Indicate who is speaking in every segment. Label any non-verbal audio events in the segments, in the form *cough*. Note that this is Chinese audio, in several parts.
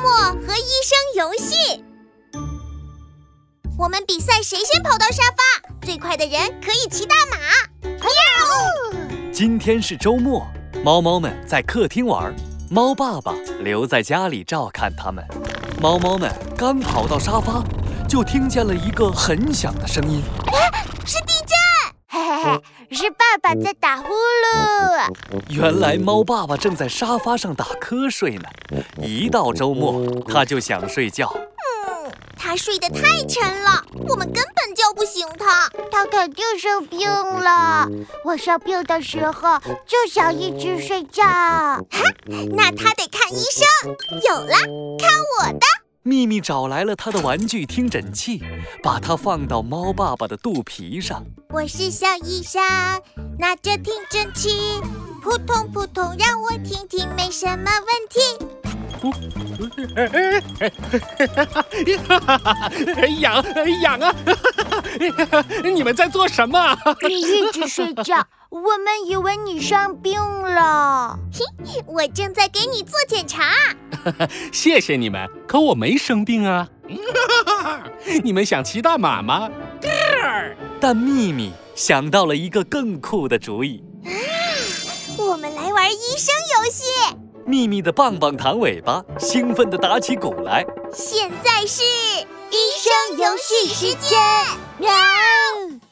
Speaker 1: 医生游戏。我们比赛谁先跑到沙发，最快的人可以骑大马。
Speaker 2: 今天是周末，猫猫们在客厅玩，猫爸爸留在家里照看它们。猫猫们刚跑到沙发，就听见了一个很响的声音。
Speaker 1: 是地震，嘿嘿嘿，是爸爸在打呼噜。
Speaker 2: 原来猫爸爸正在沙发上打瞌睡呢。一到周末，他就想睡觉。
Speaker 1: 嗯，他睡得太沉了，我们根本叫不醒他。
Speaker 3: 他肯定生病了。我生病的时候就想一直睡觉。
Speaker 1: 那他得看医生。有了，看我的。
Speaker 2: 秘密找来了他的玩具听诊器，把它放到猫爸爸的肚皮上。
Speaker 1: 我是小医生，拿着听诊器，扑通扑通，让我听听，没什么问题。
Speaker 4: *laughs* 哎痒，哎痒啊！ *laughs* 你们在做什么？
Speaker 3: 你一直睡
Speaker 4: *laughs*
Speaker 3: 觉，我们以为你生病了。
Speaker 1: 我正在给你做检查。
Speaker 4: 谢谢你们，可我没生病啊。 *laughs* 你们想骑大马吗？
Speaker 2: 但秘密想到了一个更酷的主意。
Speaker 1: 我们来玩医生游戏，
Speaker 2: 秘密的棒棒糖尾巴兴奋地打起鼓来。
Speaker 1: 现在是医
Speaker 3: 生游戏时间。喵！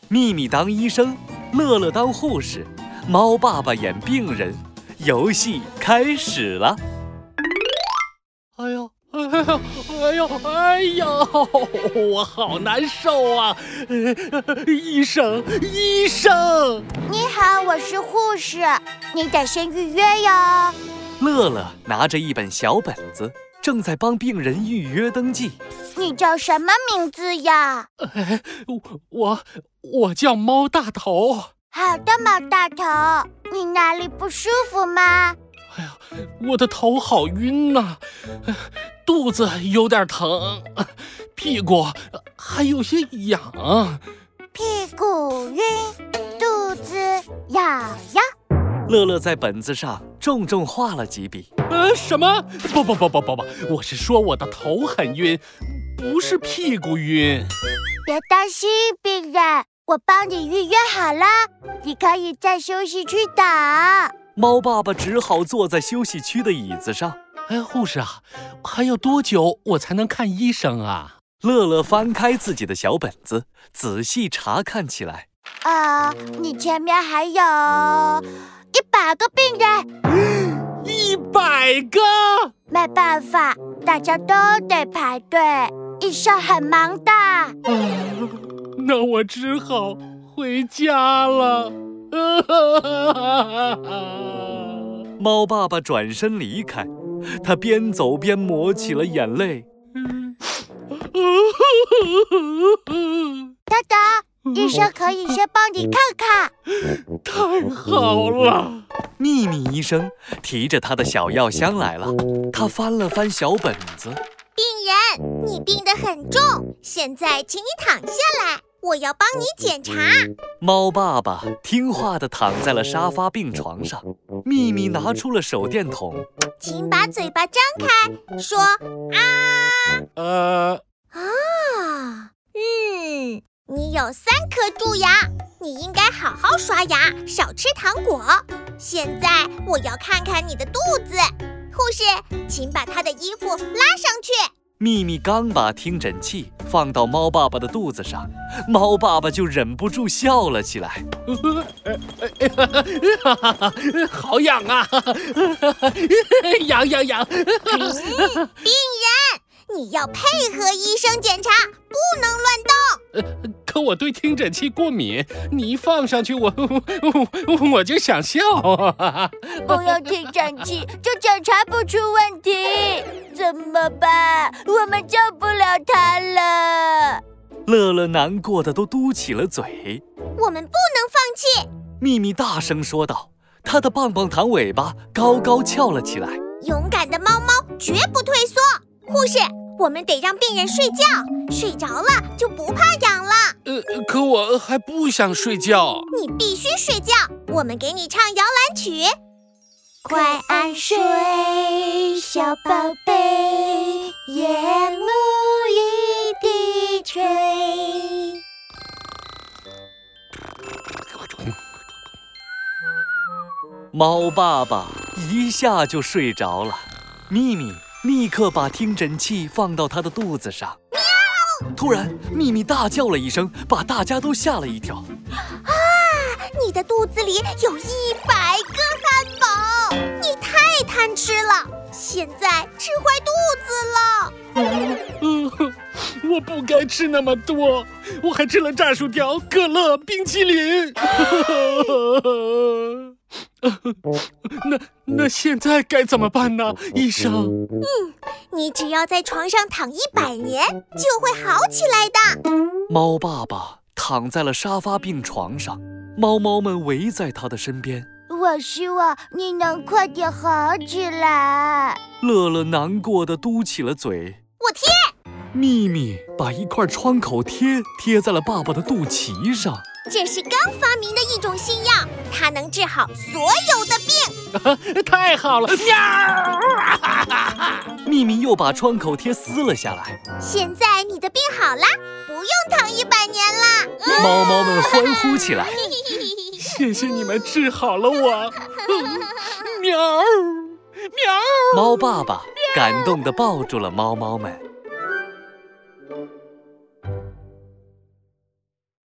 Speaker 2: 秘密当医生，乐乐当护士，猫爸爸演病人，游戏开始了。
Speaker 4: 哎呦，哎呦，哎呦，哎呦，我好难受啊！医生，医生，
Speaker 3: 你好，我是护士，你得先预约哟。
Speaker 2: 乐乐拿着一本小本子，正在帮病人预约登记。
Speaker 3: 你叫什么名字呀？
Speaker 4: 我我我叫猫大头，
Speaker 3: 好的，毛大头，你哪里不舒服吗？
Speaker 4: 我的头好晕呐、肚子有点疼，屁股还有些痒。
Speaker 3: 屁股晕，肚子痒痒。
Speaker 2: 乐乐在本子上重重画了几笔。
Speaker 4: 呃，什么？不不不不不不，我是说我的头很晕，不是屁股晕。
Speaker 3: 别担心，病人，我帮你预约好了，你可以在休息区等。
Speaker 2: 猫爸爸只好坐在休息区的椅子上。
Speaker 4: 哎，护士啊，还有多久我才能看医生啊？
Speaker 2: 乐乐翻开自己的小本子，仔细查看起来。
Speaker 3: 呃，你前面还有一百个病人，
Speaker 4: 一百个！
Speaker 3: 没办法，大家都得排队，医生很忙的。
Speaker 4: 那我只好回家了。 *laughs*
Speaker 2: 猫爸爸转身离开，他边走边抹起了眼泪。
Speaker 3: 等等，医生可以先帮你看看。
Speaker 4: 太好了！
Speaker 2: 秘密医生提着他的小药箱来了，他翻了翻小本子。
Speaker 1: 病人，你病得很重，现在请你躺下来，我要帮你检查。
Speaker 2: 猫爸爸听话地躺在了沙发病床上。秘密拿出了手电筒，
Speaker 1: 请把嘴巴张开，说啊
Speaker 4: 呃， *laughs*
Speaker 1: 啊，嗯，你有三颗蛀牙，你应该好好刷牙，少吃糖果。现在我要看看你的肚子，护士，请把他的衣服拉上去。
Speaker 2: 秘密刚把听诊器放到猫爸爸的肚子上，猫爸爸就忍不住笑了起来。
Speaker 4: 好痒啊！ *laughs* 痒痒痒！
Speaker 1: 你要配合医生检查，不能乱动。
Speaker 4: 可我对听诊器过敏，你一放上去，我 *laughs* 我我就想笑。
Speaker 3: 不用听诊器 *laughs* 就检查不出问题，怎么办？我们救不了他了。
Speaker 2: 乐乐难过的都嘟起了嘴。
Speaker 1: 我们不能放弃。
Speaker 2: 秘密大声说道，他的棒棒糖尾巴高高翘了起来。
Speaker 1: 勇敢的猫猫绝不退缩。护士，我们得让病人睡觉，睡着了就不怕痒了。
Speaker 4: 呃，可我还不想睡觉。
Speaker 1: 你必须睡觉，我们给你唱摇篮曲。
Speaker 3: 快安睡，小宝贝，夜幕已低垂。
Speaker 2: 猫爸爸一下就睡着了，秘密立刻把听诊器放到他的肚子上。突然，秘密大叫了一声，把大家都吓了一跳。
Speaker 1: 你的肚子里有一百个汉堡，你太贪吃了，现在吃坏肚子了。
Speaker 4: 嗯哼，我不该吃那么多，我还吃了炸薯条、可乐、冰淇淋。那那现在该怎么办呢，医生？
Speaker 1: 你只要在床上躺一百年，就会好起来的。
Speaker 2: 猫爸爸躺在了沙发病床上，猫猫们围在他的身边。
Speaker 3: 我希望你能快点好起来。
Speaker 2: 乐乐难过的嘟起了嘴。
Speaker 1: 我贴，
Speaker 2: 秘密把一块创口贴贴在了爸爸的肚脐上。
Speaker 1: 这是刚发明的一种新药，它能治好所有的病。
Speaker 4: 太好了，喵！
Speaker 2: 秘密又把创口贴撕了下来，
Speaker 1: 现在你的病好啦，不用躺一百年啦。 *laughs*
Speaker 2: 猫猫们欢呼起来。
Speaker 4: 谢谢你们治好了我。喵喵。
Speaker 2: 猫爸爸感动地抱住了猫猫们。